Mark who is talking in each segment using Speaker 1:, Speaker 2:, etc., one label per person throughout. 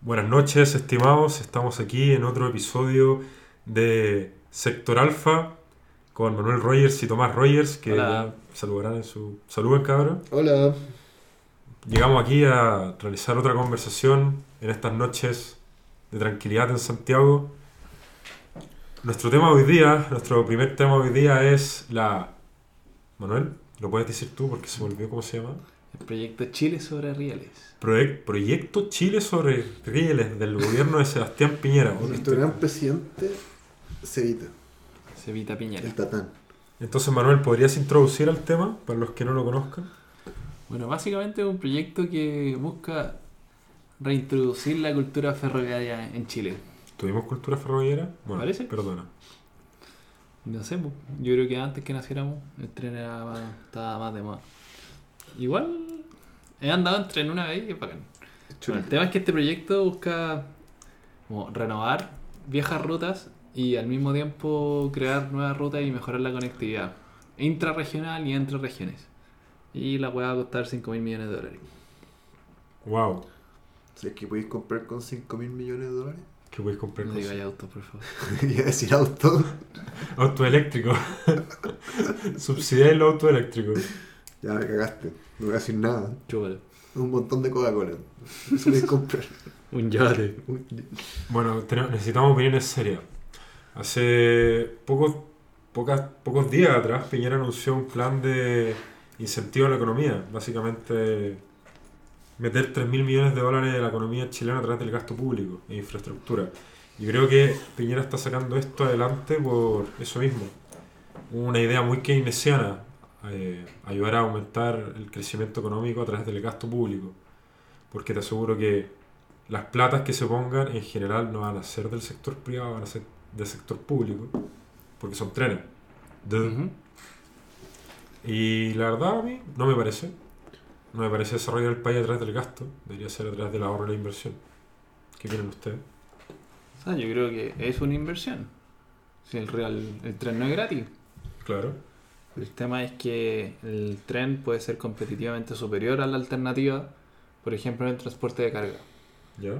Speaker 1: Buenas noches, estimados. Estamos aquí en otro episodio de Sector Alfa con Manuel Rogers y Tomás Rogers, que
Speaker 2: Hola.
Speaker 1: ya saludarán en su. Saluden, cabrón.
Speaker 3: Hola.
Speaker 1: Llegamos aquí a realizar otra conversación en estas noches de tranquilidad en Santiago. Nuestro tema hoy día, nuestro primer tema hoy día es la. Manuel, lo puedes decir tú porque se me olvidó cómo se llama.
Speaker 2: El proyecto Chile sobre rieles.
Speaker 1: Proyec- Proyecto Chile sobre rieles del gobierno de Sebastián Piñera.
Speaker 3: Nuestro gran presidente Cevita,
Speaker 2: Cevita Piñera.
Speaker 3: el tatán.
Speaker 1: Entonces, Manuel, ¿podrías introducir al tema para los que no lo conozcan?
Speaker 2: Bueno, básicamente es un proyecto que busca reintroducir la cultura ferroviaria en Chile.
Speaker 1: ¿Tuvimos cultura ferroviaria? Bueno,
Speaker 2: Parece.
Speaker 1: perdona.
Speaker 2: No sé, po, yo creo que antes que naciéramos el tren era más- estaba más de moda. Igual he andado en tren una vez y es bacán. Bueno, el tema es que este proyecto busca como, renovar viejas rutas y al mismo tiempo crear nuevas rutas y mejorar la conectividad intrarregional y entre regiones. Y la puede costar 5 mil millones de dólares.
Speaker 1: ¡Wow!
Speaker 3: Si es que podéis comprar con 5 mil millones de dólares.
Speaker 1: Que podéis comprar
Speaker 2: No
Speaker 1: cosas.
Speaker 2: digáis auto, por favor.
Speaker 3: Iba a decir auto.
Speaker 1: Auto eléctrico. Subsidiar el auto eléctrico.
Speaker 3: Ya me cagaste. No voy a decir nada.
Speaker 2: Chúpalo.
Speaker 3: Un montón de Coca-Cola. Eso podéis comprar.
Speaker 2: Un yate.
Speaker 3: Uy,
Speaker 1: Bueno, tenemos- necesitamos opiniones serias. Hace pocos, pocas, pocos días atrás, Piñera anunció un plan de incentivo a la economía. Básicamente, meter 3.000 millones de dólares de la economía chilena a través del gasto público e infraestructura. Yo creo que Piñera está sacando esto adelante por eso mismo. Una idea muy keynesiana, eh, ayudar a aumentar el crecimiento económico a través del gasto público. Porque te aseguro que las platas que se pongan en general no van a ser del sector privado, van a ser del sector público, porque son trenes. Duh.
Speaker 2: Ujú.
Speaker 1: Y la verdad a mí no me parece. No me parece desarrollar el país a través del gasto, debería ser a través del ahorro y la inversión. ¿Qué quieren ustedes?
Speaker 2: O sea, yo creo que es una inversión. Si el, real, el tren no es gratis.
Speaker 1: Claro.
Speaker 2: El tema es que el tren puede ser competitivamente superior a la alternativa, por ejemplo, en el transporte de carga.
Speaker 1: ¿Ya?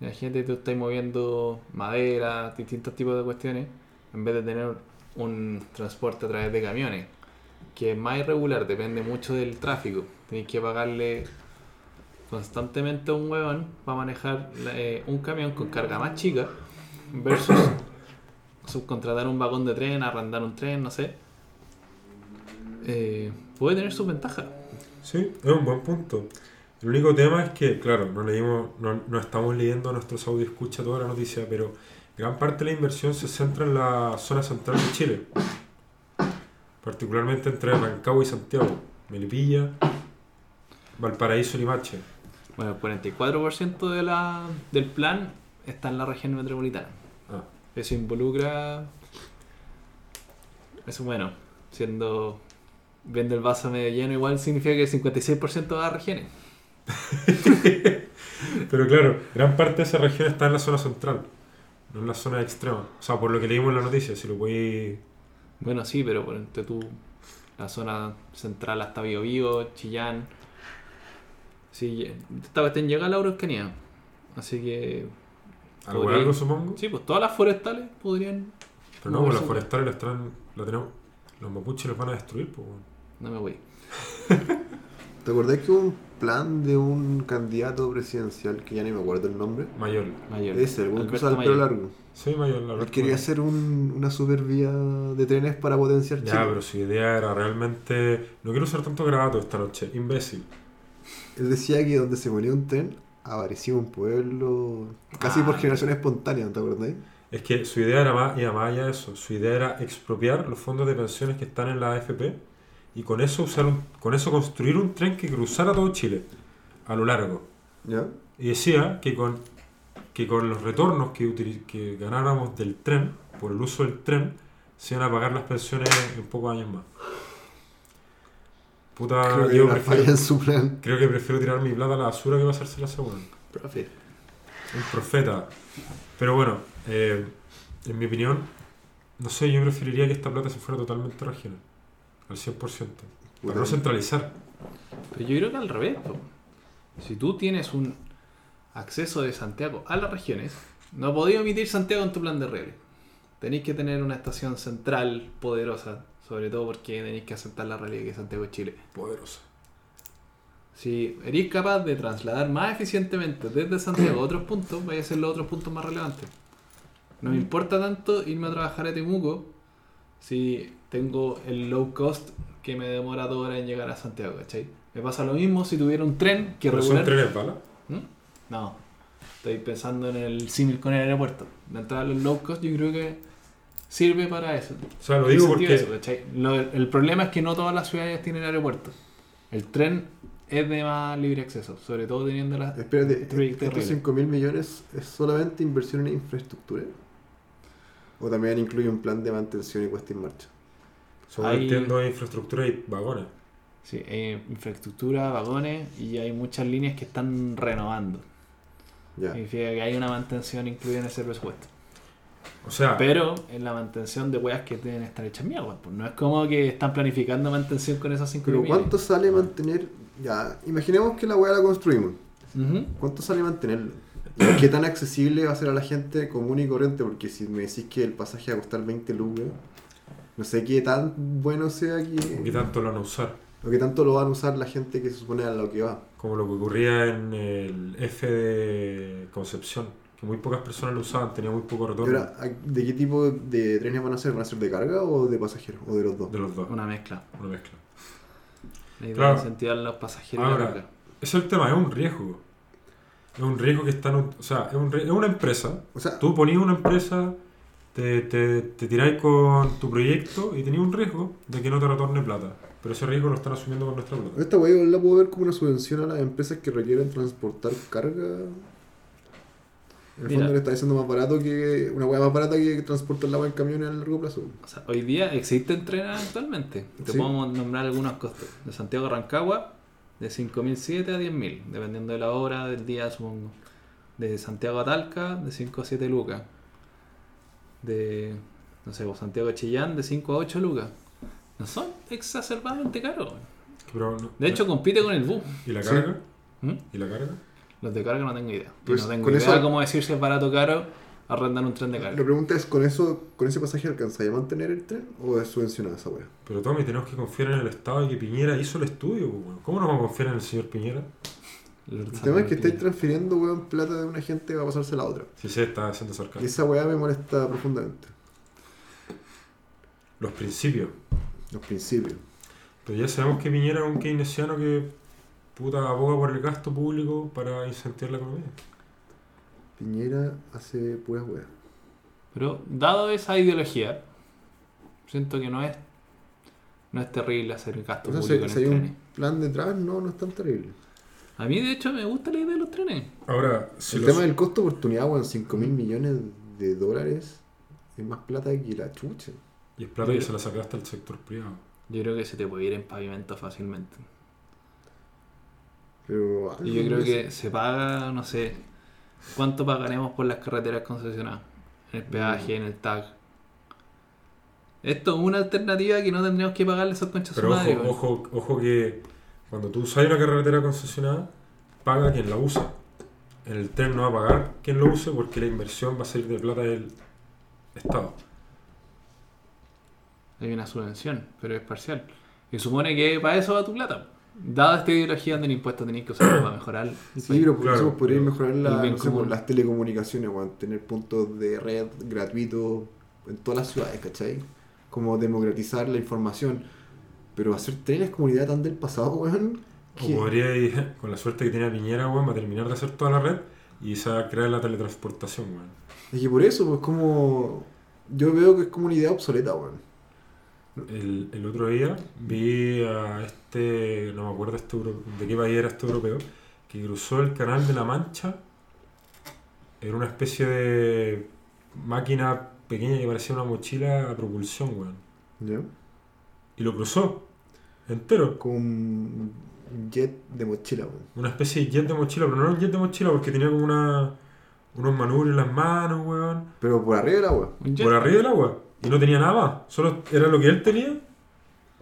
Speaker 2: La gente te está moviendo madera, distintos tipos de cuestiones, en vez de tener un transporte a través de camiones, que es más irregular, depende mucho del tráfico. Tenéis que pagarle constantemente a un huevón para manejar la- eh, un camión con carga más chica versus subcontratar un vagón de tren, arrendar un tren, no sé. Eh, puede tener sus ventajas.
Speaker 1: Sí, es un buen punto. El único tema es que, claro, no leímos, no, no estamos leyendo a nuestros audio escucha toda la noticia, pero gran parte de la inversión se centra en la zona central de Chile. Particularmente entre Rancagua y Santiago, Melipilla, Valparaíso y Limache.
Speaker 2: Bueno, el 44% de la, del plan está en la región metropolitana.
Speaker 1: Ah,
Speaker 2: Eso involucra. Eso bueno, siendo. Viendo el vaso medio lleno, igual significa que el 56% va a regiones.
Speaker 1: Pero claro, gran parte de esa región está en la zona central, no en la zona extrema. O sea, por lo que leímos en la noticia, si lo podéis...
Speaker 2: Bueno, sí, pero por entre tú, la zona central hasta Bio Bio, Chillán. Sí, esta cuestión llega a la Araucanía. Así que.
Speaker 1: Algo,
Speaker 2: podría-
Speaker 1: algo supongo.
Speaker 2: Sí, pues todas las forestales podrían.
Speaker 1: Pero no, pues las
Speaker 2: Sí.
Speaker 1: forestales las traen, la tenemos, los mapuches los van a destruir, pues. bueno.
Speaker 2: No me voy.
Speaker 3: ¿Te acordás que hubo un plan de un candidato presidencial que ya ni me acuerdo el nombre?
Speaker 1: Mayor.
Speaker 2: Mayor.
Speaker 3: Ese, el buen que
Speaker 2: Alberto
Speaker 3: usaba el pelo
Speaker 2: Mayor.
Speaker 3: largo.
Speaker 1: Sí, Mayor, la
Speaker 3: Él
Speaker 1: verdad.
Speaker 3: quería hacer un- una supervía de trenes para potenciar Chile.
Speaker 1: Ya, pero su idea era realmente. No quiero usar tanto grabato esta noche, imbécil.
Speaker 3: Él decía que donde se ponía un tren aparecía un pueblo casi por
Speaker 2: Ah.
Speaker 3: generación espontánea, ¿te acordáis?
Speaker 1: Es que su idea era más, era más allá de eso. Su idea era expropiar los fondos de pensiones que están en la AFP y con eso, usar un- con eso construir un tren que cruzara todo Chile a lo largo.
Speaker 3: ¿Ya?
Speaker 1: Y decía que con, que con los retornos que, utili- que ganáramos del tren, por el uso del tren, se iban a pagar las pensiones en pocos años más. Puta,
Speaker 3: Creo que hay
Speaker 1: Ah, yo
Speaker 3: una
Speaker 1: prefiero-
Speaker 3: falla en su plan.
Speaker 1: Creo que prefiero tirar mi plata a la basura que pasarse la segunda.
Speaker 2: Profe.
Speaker 1: Un profeta. Pero bueno, eh, en mi opinión, no sé, yo preferiría que esta plata se fuera totalmente regional. Al 100%. Para no centralizar.
Speaker 2: Pero yo creo que al revés. po. Si tú tienes un, acceso de Santiago a las regiones, no podéis omitir Santiago en tu plan de redes. Tenéis que tener una estación central poderosa, sobre todo porque tenéis que aceptar la realidad que Santiago es Chile.
Speaker 1: Poderosa.
Speaker 2: Si eres capaz de trasladar más eficientemente desde Santiago a otros puntos, vais a ser los otros puntos más relevantes. No me importa tanto irme a trabajar a Temuco si tengo el low cost que me demora dos horas en llegar a Santiago, ¿cachai? Me pasa lo mismo si tuviera un tren que
Speaker 1: Pero son
Speaker 2: regular...
Speaker 1: trenes bala.
Speaker 2: ¿Mm? No, estoy pensando en el símil con el aeropuerto. La entrada a los low cost yo creo que sirve para eso.
Speaker 1: O sea, lo
Speaker 2: Tiene
Speaker 1: digo
Speaker 2: sentido
Speaker 1: porque.
Speaker 2: eso, ¿cachai? Lo- el problema es que no todas las ciudades tienen aeropuertos. El tren es de más libre acceso, sobre todo teniendo las...
Speaker 3: Espérate,
Speaker 2: Proyecto
Speaker 3: ¿estos
Speaker 2: horrible.
Speaker 3: 5 mil millones es solamente inversión en infraestructura? ¿O también incluye un plan de mantención y puesta en marcha?
Speaker 1: Son
Speaker 2: Hay-
Speaker 1: entiendo hay infraestructura y vagones.
Speaker 2: Sí, hay infraestructura, vagones y hay muchas líneas que están renovando.
Speaker 3: Ya.
Speaker 2: Significa que hay una mantención incluida en ese presupuesto.
Speaker 1: O sea,
Speaker 2: Pero en la mantención de weas que deben estar hechas mierda. pues, no es como que están planificando mantención con esas 5
Speaker 3: Pero ¿cuánto sale mantener? Ya, imaginemos que la weá la construimos. ¿Cuánto sale mantenerlo? ¿Y qué tan accesible va a ser a la gente común y corriente? Porque si me decís que el pasaje va a costar 20 lucas, no sé qué tan bueno sea
Speaker 1: ¿qué
Speaker 3: que...
Speaker 1: tanto lo van a usar?
Speaker 3: O qué tanto lo van a usar la gente que se supone a lo que va.
Speaker 1: Como lo que ocurría en el F de Concepción, que muy pocas personas lo usaban, tenía muy poco
Speaker 3: Y
Speaker 1: retorno
Speaker 3: ahora, ¿a- ¿de qué tipo de trenes van a ser? ¿Van a ser de carga o de pasajeros? ¿O de los dos?
Speaker 1: de los dos.
Speaker 2: Una mezcla.
Speaker 1: Una mezcla.
Speaker 2: La idea
Speaker 1: Claro.
Speaker 2: es incentivar a los pasajeros.
Speaker 1: Ahora.
Speaker 2: a la carga.
Speaker 1: Ese es el tema, es un riesgo. Es un riesgo que están. O sea, es, un rie- es una empresa.
Speaker 3: O sea,
Speaker 1: Tú ponías una empresa, te, te, te tiráis con tu proyecto y tenías un riesgo de que no te retorne plata. Pero ese riesgo lo están asumiendo con nuestra plata.
Speaker 3: esta weá la puedo ver como una subvención a las empresas que requieren transportar carga. En el
Speaker 2: Mira.
Speaker 3: fondo le está diciendo más barato que... Una weá más barata que transportar la weá en camiones a largo plazo.
Speaker 2: O sea, hoy día existen trenes actualmente. Te
Speaker 3: Sí.
Speaker 2: podemos nombrar algunos costos. De Santiago a Rancagua, de 5.007 a 10.000, dependiendo de la hora, del día, supongo. De Santiago a Talca, de 5 a 7 lucas. De, no sé, o Santiago a Chillán, de 5 a 8 lucas. No son exacerbadamente caros.
Speaker 1: Pero no-
Speaker 2: De hecho, compite con el bus.
Speaker 1: ¿Y la
Speaker 3: Sí.
Speaker 1: carga?
Speaker 2: ¿Mm?
Speaker 1: ¿Y la carga?
Speaker 2: Los de carga no tengo idea. Y
Speaker 3: Pues,
Speaker 2: no tengo
Speaker 3: con
Speaker 2: idea
Speaker 3: eso-
Speaker 2: cómo decir si es barato o caro arrendar un tren de
Speaker 3: La
Speaker 2: carga.
Speaker 3: pregunta es, ¿con eso, con ese pasaje alcanzáis a mantener el tren o es subvencionada esa weá?
Speaker 1: Pero Tommy, tenemos que confiar en el Estado y que Piñera hizo el estudio. pues, weón. ¿Cómo no vamos a confiar en el señor Piñera?
Speaker 3: El tema es que estáis transfiriendo weón plata de una gente va a pasarse a la otra.
Speaker 1: Si se está haciendo
Speaker 3: Y
Speaker 1: sarcasmo.
Speaker 3: esa weá me molesta profundamente.
Speaker 1: Los principios.
Speaker 3: Los principios.
Speaker 1: Pero ya sabemos que Piñera es un keynesiano que puta aboga por el gasto público para incentivar la economía.
Speaker 3: Piñera hace puras weas.
Speaker 2: Pero dado esa ideología, siento que no es no es terrible hacer gasto
Speaker 3: Entonces,
Speaker 2: público
Speaker 3: si,
Speaker 2: en
Speaker 3: si
Speaker 2: el
Speaker 3: hay
Speaker 2: trenes.
Speaker 3: un plan detrás, no, no es tan terrible.
Speaker 2: A mí de hecho me gusta la idea de los trenes.
Speaker 1: Ahora, si
Speaker 3: el
Speaker 1: los-
Speaker 3: tema del costo oportunidad, weón, 5 mil millones de dólares es más plata que la chucha.
Speaker 1: Y es plata que se la sacaste al sector privado.
Speaker 2: Yo creo que se te puede ir en pavimento fácilmente.
Speaker 3: Pero,
Speaker 2: Y yo creo que se paga, no sé, ¿cuánto pagaremos por las carreteras concesionadas? En el peaje, en el TAG. Esto es una alternativa que no tendríamos que pagarle esos conchas a su
Speaker 1: Pero
Speaker 2: madre.
Speaker 1: ojo,
Speaker 2: weón.
Speaker 1: ojo, ojo que cuando tú usas una carretera concesionada, paga quien la usa. El tren no va a pagar quien lo use porque la inversión va a salir de plata del Estado.
Speaker 2: Hay una subvención, pero es parcial. Y supone que para eso va tu plata. Dada esta ideología donde el impuesto tenéis que usarlo para mejorar. el
Speaker 3: Sí,
Speaker 2: país.
Speaker 3: pero por
Speaker 1: Claro,
Speaker 3: eso podría
Speaker 1: pero
Speaker 3: mejorar la-
Speaker 2: el bien
Speaker 3: no sé, pues,
Speaker 2: común.
Speaker 3: las telecomunicaciones, weón, tener puntos de red gratuitos en todas las ciudades, ¿cachai? Como democratizar la información. Pero hacer trenes como una idea tan del pasado, weón.
Speaker 1: O Pues podría ir, con la suerte que tiene Piñera, weón, va a terminar de hacer toda la red y se va a crear la teletransportación, weón.
Speaker 3: Es que por eso, pues como... Yo veo que es como una idea obsoleta, weón.
Speaker 1: El, el otro día vi a este, no me acuerdo este euro- de qué país era este europeo, que cruzó el canal de la Mancha en una especie de máquina pequeña que parecía una mochila a propulsión, weón.
Speaker 3: ¿Ya?
Speaker 1: Y lo cruzó entero.
Speaker 3: Como un jet de mochila, weón.
Speaker 1: Una especie de jet de mochila, pero no era un jet de mochila porque tenía como una, unos manubrios en las manos, weón.
Speaker 3: Pero por arriba era, weón.
Speaker 2: Un jet.
Speaker 1: por arriba del agua y no tenía nada más. Solo era lo que él tenía,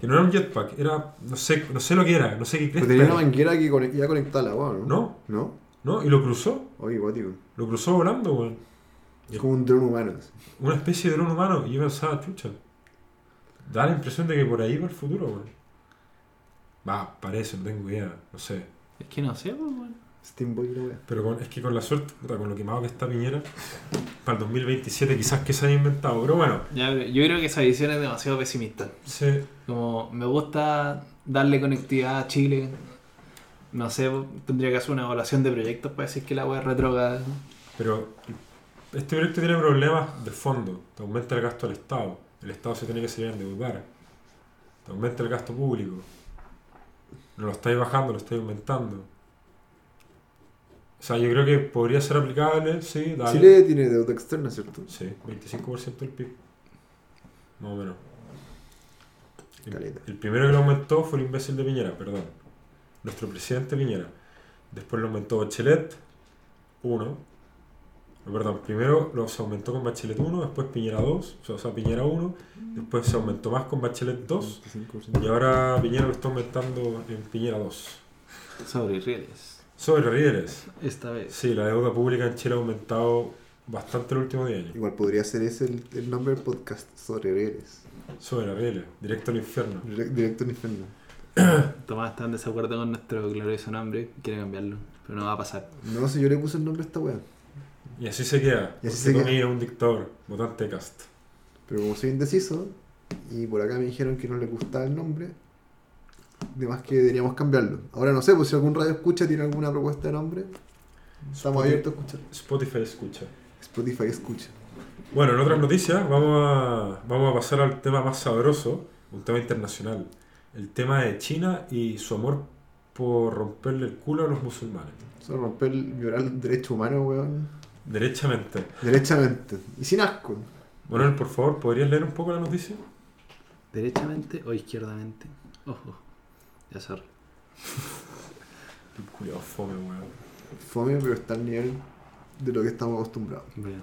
Speaker 1: que no era un jetpack, era no sé, no sé lo que era, no sé qué
Speaker 3: Pero
Speaker 1: crees.
Speaker 3: tenía una manguera que conect- iba conectada al agua, ¿no?
Speaker 1: No,
Speaker 3: ¿No?
Speaker 1: ¿No? Y lo cruzó.
Speaker 3: Oye, guático.
Speaker 1: Lo cruzó volando, weón.
Speaker 3: Es como un dron humano. así.
Speaker 1: Una especie de dron humano. Y yo pensaba, chucha. Da la impresión de que por ahí va el futuro, weón. Va, parece, no tengo idea. No sé.
Speaker 2: Es que no sé, pues, weón.
Speaker 3: Steamboy la wea.
Speaker 1: Pero con- es que con la suerte, puta, con lo quemado que está Piñera, para el 2027 quizás que se haya inventado. Pero bueno,
Speaker 2: Ya, pero yo creo que esa visión es demasiado pesimista.
Speaker 1: se-
Speaker 2: Como me gusta darle conectividad a Chile. No sé, pues, tendría que hacer una evaluación de proyectos para decir que la web es retrograda.
Speaker 1: pero este proyecto tiene problemas de fondo. Te aumenta el gasto del Estado. El Estado se tiene que seguir endeudar. Te aumenta el gasto público. No lo estáis bajando, lo estáis aumentando. O sea, yo creo que podría ser aplicable, sí, dale.
Speaker 3: Chile tiene deuda externa, ¿cierto?
Speaker 1: Sí, 25% del PIB. Más o menos. El,
Speaker 3: Caleta.
Speaker 1: el primero que lo aumentó fue el imbécil de Piñera, perdón. Nuestro presidente Piñera. Después lo aumentó Bachelet 1. No, Perdón, primero lo- se aumentó con Bachelet 1, después Piñera 2, o sea, o sea, Piñera 1, después se aumentó más con Bachelet 2
Speaker 3: 25%.
Speaker 1: y ahora Piñera lo está aumentando en Piñera 2.
Speaker 2: Sobre reales.
Speaker 1: Sobre Ríderes,
Speaker 2: Esta vez.
Speaker 1: sí, la deuda pública en Chile ha aumentado bastante el último 10 años.
Speaker 3: Igual podría ser ese el, el nombre del podcast sobre redes.
Speaker 1: Sobre la piel, directo al infierno.
Speaker 3: Direct- Directo en infierno.
Speaker 2: Tomás está en desacuerdo con nuestro glorioso nombre. Quiere cambiarlo. Pero no va a pasar.
Speaker 3: No sé, yo le puse el nombre a esta wea.
Speaker 1: Y así se queda.
Speaker 3: Y
Speaker 1: Y
Speaker 3: así se queda.
Speaker 1: es un dictador, votante de cast.
Speaker 3: Pero como soy indeciso, y por acá me dijeron que no le gustaba el nombre, de más que deberíamos cambiarlo. Ahora no sé, pues si algún radio escucha tiene alguna propuesta de nombre, estamos
Speaker 1: Spotify-
Speaker 3: abiertos a escuchar.
Speaker 1: Spotify escucha.
Speaker 3: Spotify escucha.
Speaker 1: Bueno, en otras noticias vamos a, vamos a pasar al tema más sabroso, un tema internacional. El tema de China y su amor por romperle el culo a los musulmanes.
Speaker 3: Solo romper, el- violar el derecho humano, weón.
Speaker 1: Derechamente.
Speaker 3: Derechamente. Y sin asco.
Speaker 1: Manuel, por favor, ¿podrías leer un poco la noticia?
Speaker 2: ¿Derechamente o izquierdamente? Ojo. Ya sorry.
Speaker 1: Cuidado, fome, weón.
Speaker 3: Fome, pero está al nivel de lo que estamos acostumbrados.
Speaker 2: Bueno.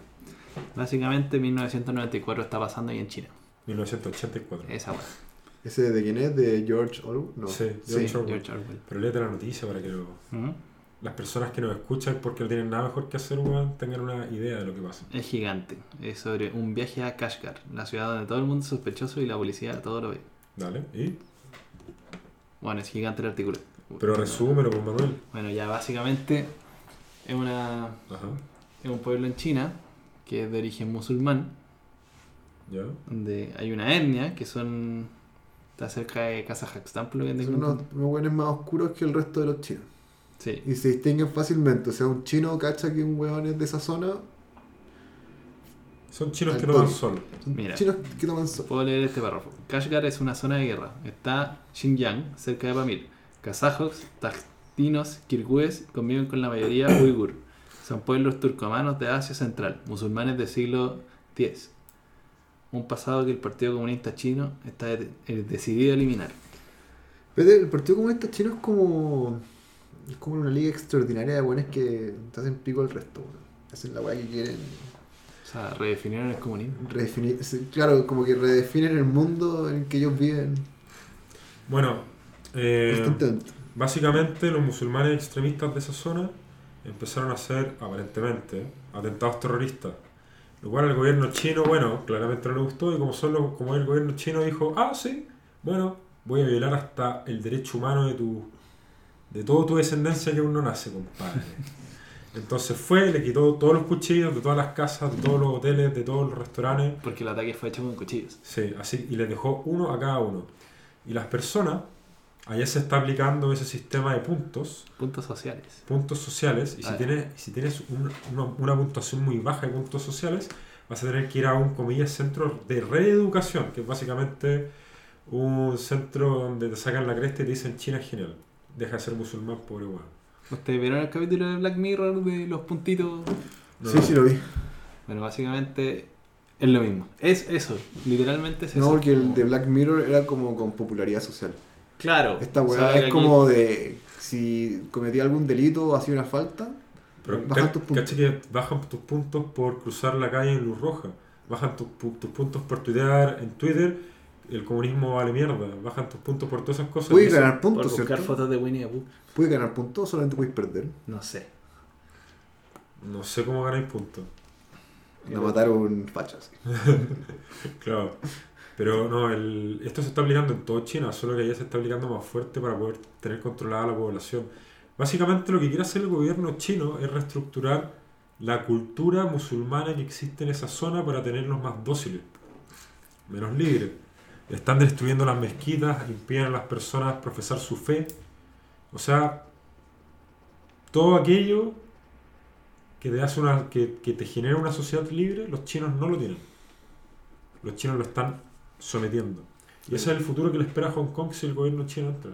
Speaker 2: Básicamente 1994 está pasando ahí en China.
Speaker 1: 1984.
Speaker 2: Esa wea.
Speaker 3: ¿Ese de quién es? ¿De George Orwell? No.
Speaker 1: Sí,
Speaker 2: Sí,
Speaker 1: George Orwell.
Speaker 2: George Orwell. ¿Mm?
Speaker 1: Pero léete la noticia para que lo-
Speaker 2: Ujú.
Speaker 1: las personas que nos escuchan porque no tienen nada mejor que hacer, weón, tengan una idea de lo que pasa.
Speaker 2: Es gigante. Es sobre un viaje a Kashgar, la ciudad donde todo el mundo es sospechoso y la policía todo lo ve.
Speaker 1: Dale, ¿y?
Speaker 2: Bueno, es gigante el artículo.
Speaker 1: Pero resúmelo con Manuel.
Speaker 2: Bueno, ya básicamente es, una,
Speaker 1: Ajá,
Speaker 2: es un pueblo en China que es de origen musulmán,
Speaker 1: ya.
Speaker 2: donde hay una etnia que son. está cerca de Kazajstán, por lo que
Speaker 3: Son
Speaker 2: tengo
Speaker 3: unos,
Speaker 2: entendido.
Speaker 3: unos weones más oscuros que el resto de los chinos.
Speaker 2: Sí.
Speaker 3: Y se distinguen fácilmente. O sea, un chino cacha que un weón es de esa zona.
Speaker 1: Son chinos
Speaker 3: Al
Speaker 1: que no dan
Speaker 3: toque.
Speaker 1: sol.
Speaker 3: Son
Speaker 2: Mira.
Speaker 3: chinos que toman sol.
Speaker 2: Puedo leer este párrafo. Kashgar es una zona de guerra. Está Xinjiang, cerca de Pamir. Kazajos, tajtinos, kirguíes conviven con la mayoría uigur. Son pueblos turcomanos de Asia Central, musulmanes del siglo X. Un pasado que el Partido Comunista Chino está de- eh, decidido a eliminar.
Speaker 3: Vete, el Partido Comunista Chino es como. Es como una liga extraordinaria de weones que te hacen pico el resto, weón. Hacen la weá que quieren.
Speaker 2: O sea, redefinieron el comunismo.
Speaker 3: Redefinir, sí, claro, como que redefinen el mundo en el que ellos viven.
Speaker 1: Bueno, eh,
Speaker 3: Constantemente.
Speaker 1: básicamente los musulmanes extremistas de esa zona empezaron a hacer, aparentemente, atentados terroristas. Lo cual al gobierno chino, bueno, claramente no le gustó y como, solo, como el gobierno chino dijo, ah, sí, bueno, voy a violar hasta el derecho humano de tu... de toda tu descendencia que aún no nace, compadre. Entonces fue, le quitó todos los cuchillos de todas las casas, de todos los hoteles, de todos los restaurantes.
Speaker 2: Porque el ataque fue hecho con cuchillos.
Speaker 1: Sí, así, y les dejó uno a cada uno. Y las personas, allá se está aplicando ese sistema de puntos,
Speaker 2: Puntos sociales.
Speaker 1: puntos sociales, y
Speaker 2: Ah,
Speaker 1: si
Speaker 2: ya.
Speaker 1: tienes, y si tienes un- una, una puntuación muy baja de puntos sociales, vas a tener que ir a un, comillas, centro de reeducación, que es básicamente un centro donde te sacan la cresta y te dicen China es genial, deja de ser musulmán, pobre weón.
Speaker 2: ¿Ustedes vieron el capítulo de Black Mirror de los puntitos?
Speaker 1: No,
Speaker 3: sí,
Speaker 1: no.
Speaker 3: sí lo vi.
Speaker 2: Bueno, básicamente es lo mismo. Es eso. Literalmente es
Speaker 3: No,
Speaker 2: eso.
Speaker 3: porque el de Black Mirror era como con popularidad social.
Speaker 2: Claro.
Speaker 3: Esta
Speaker 2: o
Speaker 3: weá
Speaker 2: sea,
Speaker 3: es
Speaker 2: aquí-
Speaker 3: como de si cometí algún delito o hacía una falta.
Speaker 1: Pero
Speaker 3: Bajan
Speaker 1: ca-
Speaker 3: tus puntos.
Speaker 1: cacha que bajan tus puntos por cruzar la calle en luz roja. Bajan tus pu- tus puntos por tuitear en Twitter. El comunismo vale mierda. Bajan tus puntos por todas esas cosas.
Speaker 3: Puedes
Speaker 1: Y eso-
Speaker 3: ganar
Speaker 2: Por
Speaker 3: puntos,
Speaker 2: buscar
Speaker 3: ¿cierto?
Speaker 2: fotos de Winnie the Pooh.
Speaker 3: Puedes ganar puntos, solamente puedes perder.
Speaker 2: No sé.
Speaker 1: No sé cómo ganáis puntos.
Speaker 3: La mataron fachas.
Speaker 1: Claro. Pero no, el, esto se está aplicando en toda China, solo que allá se está aplicando más fuerte para poder tener controlada la población. Básicamente lo que quiere hacer el gobierno chino es reestructurar la cultura musulmana que existe en esa zona para tenerlos más dóciles, menos libres. Están destruyendo las mezquitas, impiden a las personas profesar su fe. O sea, todo aquello que te, hace una, que, que te genera una sociedad libre, los chinos no lo tienen. Los chinos lo están sometiendo. Y ese es el futuro que le espera a Hong Kong si el gobierno chino entra.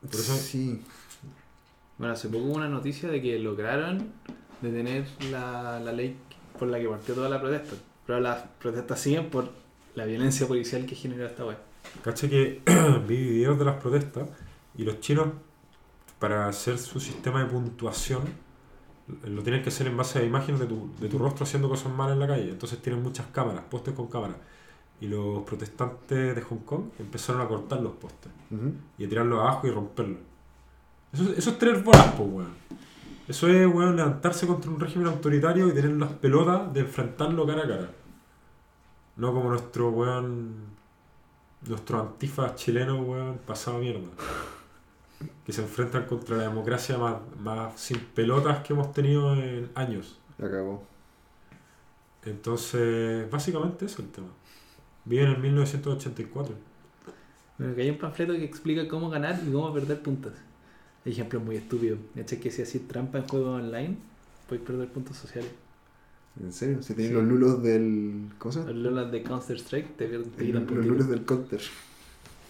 Speaker 1: Por eso-
Speaker 3: Sí.
Speaker 2: Bueno, hace poco hubo una noticia de que lograron detener la, la ley por la que partió toda la protesta. Pero las protestas siguen por la violencia policial que generó esta web.
Speaker 1: Cacha que vi videos de las protestas y los chinos, para hacer su sistema de puntuación, lo tienen que hacer en base a imágenes de tu, de tu rostro haciendo cosas malas en la calle. Entonces tienen muchas cámaras, postes con cámaras. Y los protestantes de Hong Kong empezaron a cortar los postes
Speaker 3: Ujú.
Speaker 1: y a tirarlos abajo y romperlos. Eso, eso es tres bolas, po, weón. Eso es, weón, levantarse contra un régimen autoritario y tener las pelotas de enfrentarlo cara a cara. No como nuestro, weón, nuestro antifas chileno, weón, pasado mierda. Que se enfrentan contra la democracia más, más sin pelotas que hemos tenido en años.
Speaker 3: La cagó.
Speaker 1: Entonces, básicamente eso es el tema. Viven en 1984.
Speaker 2: Bueno, que hay un panfleto que explica cómo ganar y cómo perder puntos. Hay ejemplos muy estúpidos. Este que si haces trampa en juegos online, puedes perder puntos sociales.
Speaker 3: ¿En serio? Si tenéis
Speaker 2: Sí.
Speaker 3: los lulos del. ¿Cómo se
Speaker 2: Los
Speaker 3: llama?
Speaker 2: lolas de Counter-Strike te pierden te
Speaker 3: El-
Speaker 2: quitan
Speaker 3: Los
Speaker 2: puntitos.
Speaker 3: lulos del counter.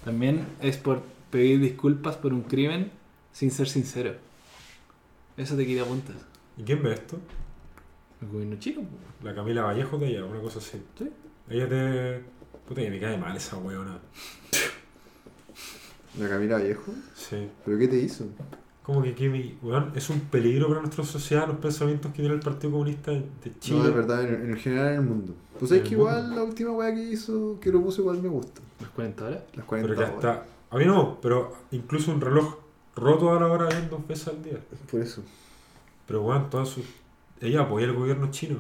Speaker 2: También es por pedir disculpas por un crimen sin ser sincero. Eso te quita puntos.
Speaker 1: ¿Y quién ve esto?
Speaker 2: El gobierno chino. po.
Speaker 1: La Camila Vallejo de ella, una cosa así.
Speaker 2: Sí.
Speaker 1: Ella te. Puta, que me cae mal esa weona.
Speaker 3: La Camila Viejo.
Speaker 1: Sí.
Speaker 3: ¿Pero qué te hizo?
Speaker 1: Como que, que mi- weón, es un peligro para nuestra sociedad los pensamientos que tiene el Partido Comunista de de Chile.
Speaker 3: No, de verdad, en, en general en el mundo. Pues es
Speaker 1: En
Speaker 3: que
Speaker 1: el mundo.
Speaker 3: igual la última weá que hizo, que lo puso, igual me gusta.
Speaker 2: Los 40 horas.
Speaker 3: Las
Speaker 1: pero
Speaker 3: 40
Speaker 1: que
Speaker 3: horas.
Speaker 1: hasta. A mí no, pero incluso un reloj roto a la hora bien dos veces al día.
Speaker 3: Por eso.
Speaker 1: Pero weón, todas sus. Ella apoya el gobierno chino.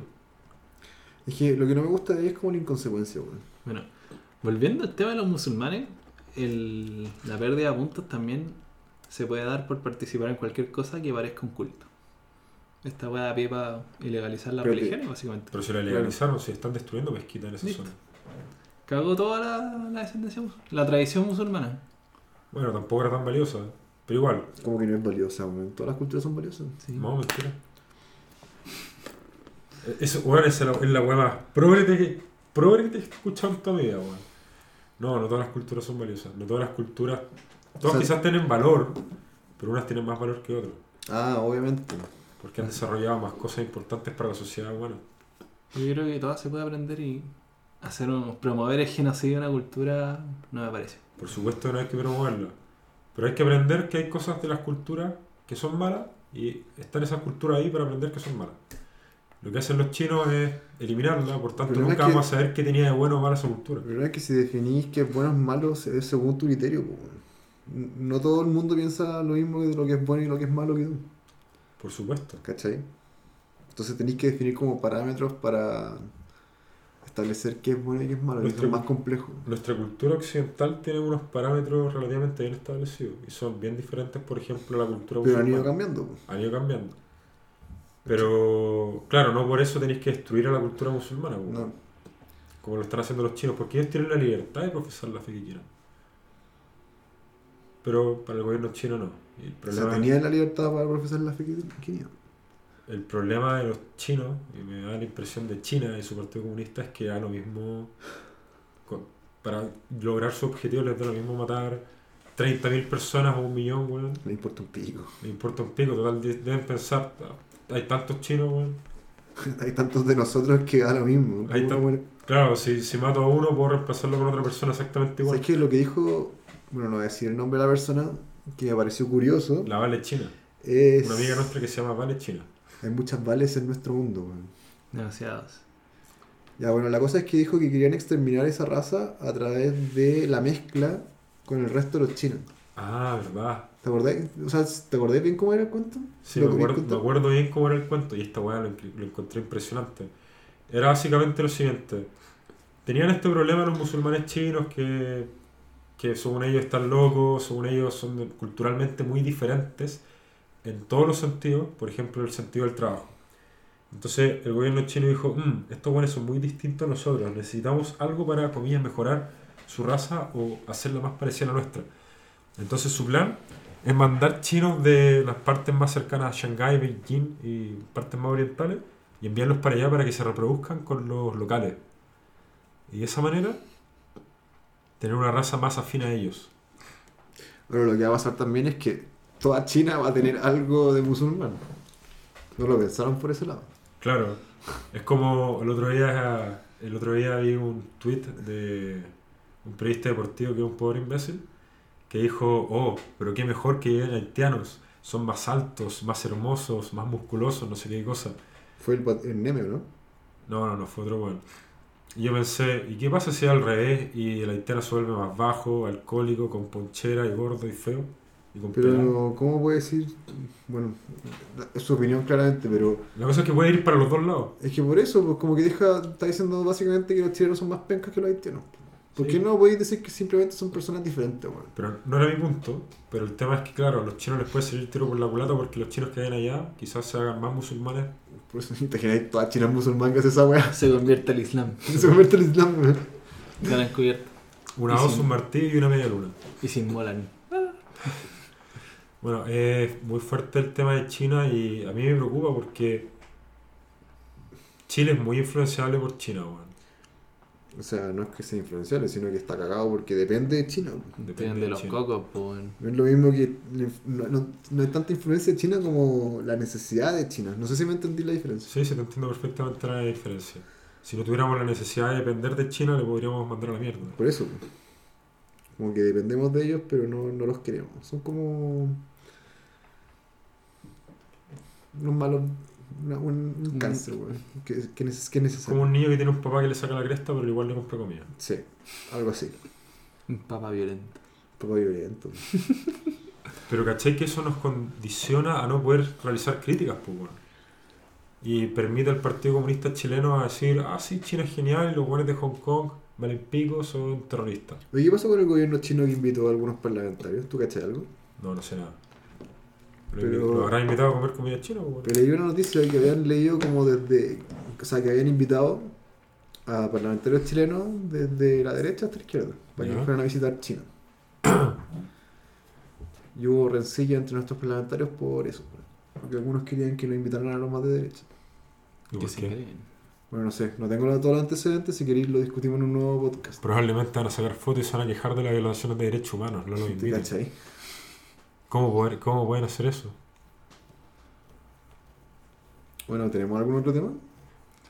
Speaker 3: Es que lo que no me gusta de ella es como la inconsecuencia, weón.
Speaker 2: Bueno, volviendo al tema de los musulmanes, el- la pérdida de puntos también se puede dar por participar en cualquier cosa que parezca un culto. Esta weá da pie para ilegalizar la
Speaker 3: Pero que-
Speaker 2: religión, básicamente.
Speaker 1: Pero si la legalizaron, si están destruyendo mezquitas en esa
Speaker 2: Listo.
Speaker 1: zona.
Speaker 2: Cagó toda la, la descendencia, mus- la tradición musulmana.
Speaker 1: Bueno, tampoco era tan valiosa. Pero igual,
Speaker 3: Como que no es valiosa, weón. Todas las culturas son valiosas.
Speaker 2: Sí.
Speaker 1: No, mentira. Eh, Eso, weón, esa es la, es la weá más progre que, progre que te he escuchado en toda mi vida, weón. No, no todas las culturas son valiosas. No todas las culturas. Todas
Speaker 3: O sea-
Speaker 1: quizás tienen valor, pero unas tienen más valor que otras.
Speaker 3: Ah, obviamente.
Speaker 1: Porque han desarrollado más cosas importantes para la sociedad, bueno.
Speaker 2: Yo creo que todas se puede aprender y hacer un, promover el genocidio de una cultura no me parece.
Speaker 1: Por supuesto que no hay que promoverla. Pero hay que aprender que hay cosas de las culturas que son malas y están esas culturas ahí para aprender que son malas. Lo que hacen los chinos es eliminarla, por tanto
Speaker 3: problema
Speaker 1: nunca
Speaker 3: es que-
Speaker 1: vamos a saber qué tenía de bueno o malo esa cultura.
Speaker 3: La verdad es que si definís que es bueno o malo es según tu criterio, po, weón. No todo el mundo piensa lo mismo de lo que es bueno y lo que es malo que tú.
Speaker 1: Por supuesto.
Speaker 3: ¿Cachai? Entonces tenéis que definir como parámetros para establecer qué es bueno y qué es malo. y Eso es
Speaker 1: Nuestro-
Speaker 3: más complejo.
Speaker 1: Nuestra cultura occidental tiene unos parámetros relativamente bien establecidos y son bien diferentes, por ejemplo, a la cultura
Speaker 3: Pero han ido
Speaker 1: musulmana.
Speaker 3: cambiando. po.
Speaker 1: Han ido cambiando. Pero, claro, no por eso tenéis que destruir a la cultura musulmana, po,
Speaker 3: No.
Speaker 1: como lo están haciendo los chinos, porque ellos tienen la libertad de profesar la fe que quieran. Pero para el gobierno chino no. Y el
Speaker 3: O sea,
Speaker 1: problema,
Speaker 3: tenía la libertad para profesar la fe que tenía.
Speaker 1: el problema de los chinos, y me da la impresión de China y su Partido Comunista, es que da lo mismo. con- para lograr su objetivo, les da lo mismo matar 30.000 personas o un millón, weón.
Speaker 3: No importa un pico.
Speaker 1: Me importa un pico, total. de- Deben pensar, hay tantos chinos, weón.
Speaker 3: Hay tantos de nosotros que da lo mismo.
Speaker 1: Ahí está.
Speaker 3: Uno muere-
Speaker 1: Claro, si, si mato a uno, puedo reemplazarlo con otra persona exactamente igual.
Speaker 3: ¿Sabes qué? Lo que dijo, bueno, no voy a decir el nombre de la persona, que me pareció curioso,
Speaker 1: La Vale China.
Speaker 3: es...
Speaker 1: Una amiga nuestra que se llama Vale China.
Speaker 3: Hay muchas vales en nuestro mundo, weón.
Speaker 2: Demasiados.
Speaker 3: Ya, bueno, la cosa es que dijo que querían exterminar esa raza a través de la mezcla con el resto de los chinos.
Speaker 1: Ah, verdad.
Speaker 3: ¿Te acordáis? O sea, ¿te acordáis bien cómo era el cuento?
Speaker 1: Sí,
Speaker 3: ¿Lo
Speaker 1: me
Speaker 3: queréis
Speaker 1: acuerdo, me
Speaker 3: contar?
Speaker 1: acuerdo bien cómo era el cuento y esta weá lo, enc- lo encontré impresionante. Era básicamente lo siguiente. Tenían este problema los musulmanes chinos que, que según ellos están locos, según ellos son de- culturalmente muy diferentes en todos los sentidos, por ejemplo el sentido del trabajo. Entonces el gobierno chino dijo, "Mm, estos buenos son muy distintos a nosotros, necesitamos algo para, comillas, mejorar su raza o hacerla más parecida a la nuestra. Entonces su plan es mandar chinos de las partes más cercanas a Shanghái, Beijing y partes más orientales y enviarlos para allá para que se reproduzcan con los locales. Y de esa manera tener una raza más afín a ellos.
Speaker 3: Pero lo que va a pasar también es que toda China va a tener algo de musulmán. No lo pensaron por ese lado.
Speaker 1: Claro, es como el otro día el otro día vi un tweet de un periodista deportivo que es un pobre imbécil que dijo, "Oh, pero qué mejor que lleguen haitianos, son más altos, más hermosos, más musculosos, no sé qué cosa."
Speaker 3: Fue el, pat- el Nemeo, ¿no?
Speaker 1: No, no, no, fue otro bueno. Y yo pensé, ¿y qué pasa si es al revés y el haitiano se vuelve más bajo, alcohólico, con ponchera y gordo y feo? Y con pelado?
Speaker 3: Pero, ¿cómo puede decir? Bueno, es su opinión claramente, pero
Speaker 1: La cosa es que puede ir para los dos lados.
Speaker 3: es que por eso, pues como que deja, está diciendo básicamente que los chilenos son más pencas que los haitianos. ¿Por
Speaker 1: Sí.
Speaker 3: qué no podéis decir que simplemente son personas diferentes, weón?
Speaker 1: Pero no era mi punto. Pero el tema es que, claro, a los chinos les puede salir tiro por la culata porque los chinos que hay allá quizás se hagan más musulmanes.
Speaker 3: Por eso te generáis toda China musulmán que hace esa weá.
Speaker 2: Se convierte al Islam.
Speaker 3: Se convierte en Islam, weón.
Speaker 2: Gran descubierta.
Speaker 1: Una
Speaker 2: Y
Speaker 1: hoz,
Speaker 2: sin-
Speaker 1: un martillo y una media luna.
Speaker 2: Y se inmolan.
Speaker 1: Bueno, es muy fuerte el tema de China y a mí me preocupa porque Chile es muy influenciable por China, weón.
Speaker 3: O sea, no es que sea influenciable, sino que está cagado porque depende de China. weón.
Speaker 2: Depende
Speaker 1: de
Speaker 2: de los
Speaker 1: China.
Speaker 2: cocos, pues.
Speaker 3: No es lo mismo que. No, no- no hay tanta influencia de China como la necesidad de China. No sé si me entendí la diferencia.
Speaker 1: Sí, se te entiendo perfectamente la diferencia. Si no tuviéramos la necesidad de depender de China, le podríamos mandar a la mierda.
Speaker 3: Por eso. pues. Como que dependemos de ellos, pero no, no los queremos. Son como. Unos malos. una- un, un
Speaker 2: Un-
Speaker 3: cáncer, güey. Que, que, neces- que es necesario.
Speaker 1: Como un niño que tiene un papá que le saca la cresta, pero igual le compra comida.
Speaker 3: Sí, algo así.
Speaker 2: Un papa violento.
Speaker 3: Un poco violento.
Speaker 1: Pero ¿cachai que eso nos condiciona a no poder realizar críticas, pues, weón? Y permite al Partido Comunista Chileno a decir, ah, sí, China es genial, los buenos de Hong Kong, valen pico, son terroristas.
Speaker 3: Oye, ¿Qué pasó con el gobierno chino que invitó a algunos parlamentarios? ¿Tú cachai algo?
Speaker 1: No, no sé nada. Pero,
Speaker 3: Pero-
Speaker 1: ¿Lo habrán invitado a comer comida china, pues, weón?
Speaker 3: Pero leí una noticia que habían leído como desde. O sea, que habían invitado a parlamentarios chilenos desde la derecha hasta la izquierda para que
Speaker 1: Ya.
Speaker 3: fueran a visitar China. y hubo rencilla entre nuestros parlamentarios por eso. Porque algunos querían que lo invitaran a los más de derecha.
Speaker 1: ¿Y
Speaker 2: Que
Speaker 1: por
Speaker 2: se
Speaker 1: qué?
Speaker 2: creen.
Speaker 3: Bueno, no sé, no tengo la- todos los antecedentes. Si queréis, lo discutimos en un nuevo podcast.
Speaker 1: Probablemente van a sacar fotos y se van a quejar de las violaciones de derechos humanos, no los
Speaker 3: ¿Te
Speaker 1: inviten.
Speaker 3: cachai?
Speaker 1: ¿Cómo, poder- ¿Cómo pueden hacer eso?
Speaker 3: Bueno, ¿tenemos algún otro tema?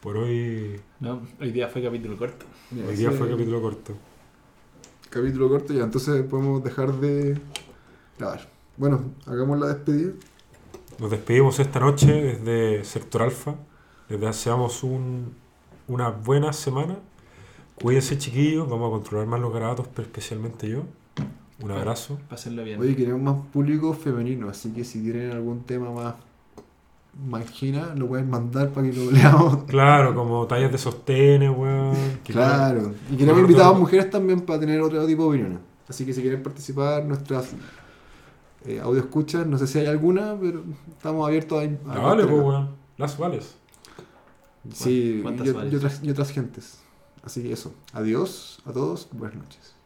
Speaker 1: Por hoy
Speaker 2: No, hoy día fue capítulo corto.
Speaker 3: Ya,
Speaker 1: Hoy día
Speaker 3: ese-
Speaker 1: fue capítulo corto.
Speaker 3: capítulo corto ya, entonces podemos dejar de grabar. Bueno, hagamos la despedida.
Speaker 1: Nos despedimos esta noche desde Sector Alfa. Les deseamos un- una buena semana. Cuídense, chiquillos. Vamos a controlar más los garabatos, pero especialmente yo. Un abrazo.
Speaker 2: Pásenlo bien.
Speaker 3: Oye, queremos más público femenino, así que si tienen algún tema más mangina, lo pueden mandar para que lo leamos.
Speaker 1: Claro, como tallas de sostenes, weón. Que-
Speaker 3: Claro. Y
Speaker 1: Bueno,
Speaker 3: queremos invitar a
Speaker 1: todo-
Speaker 3: mujeres también para tener otro tipo de opiniones. Así que si quieren participar, nuestras eh, audio escuchas, no sé si hay alguna, pero estamos abiertos a... a
Speaker 1: Ah, vale,
Speaker 3: cualquier-
Speaker 1: pues, weón. Las vales.
Speaker 3: Sí,
Speaker 2: ¿Cuántas
Speaker 3: y- y
Speaker 2: varias?
Speaker 3: otras- y otras gentes. Así que eso. Adiós a todos. Buenas noches.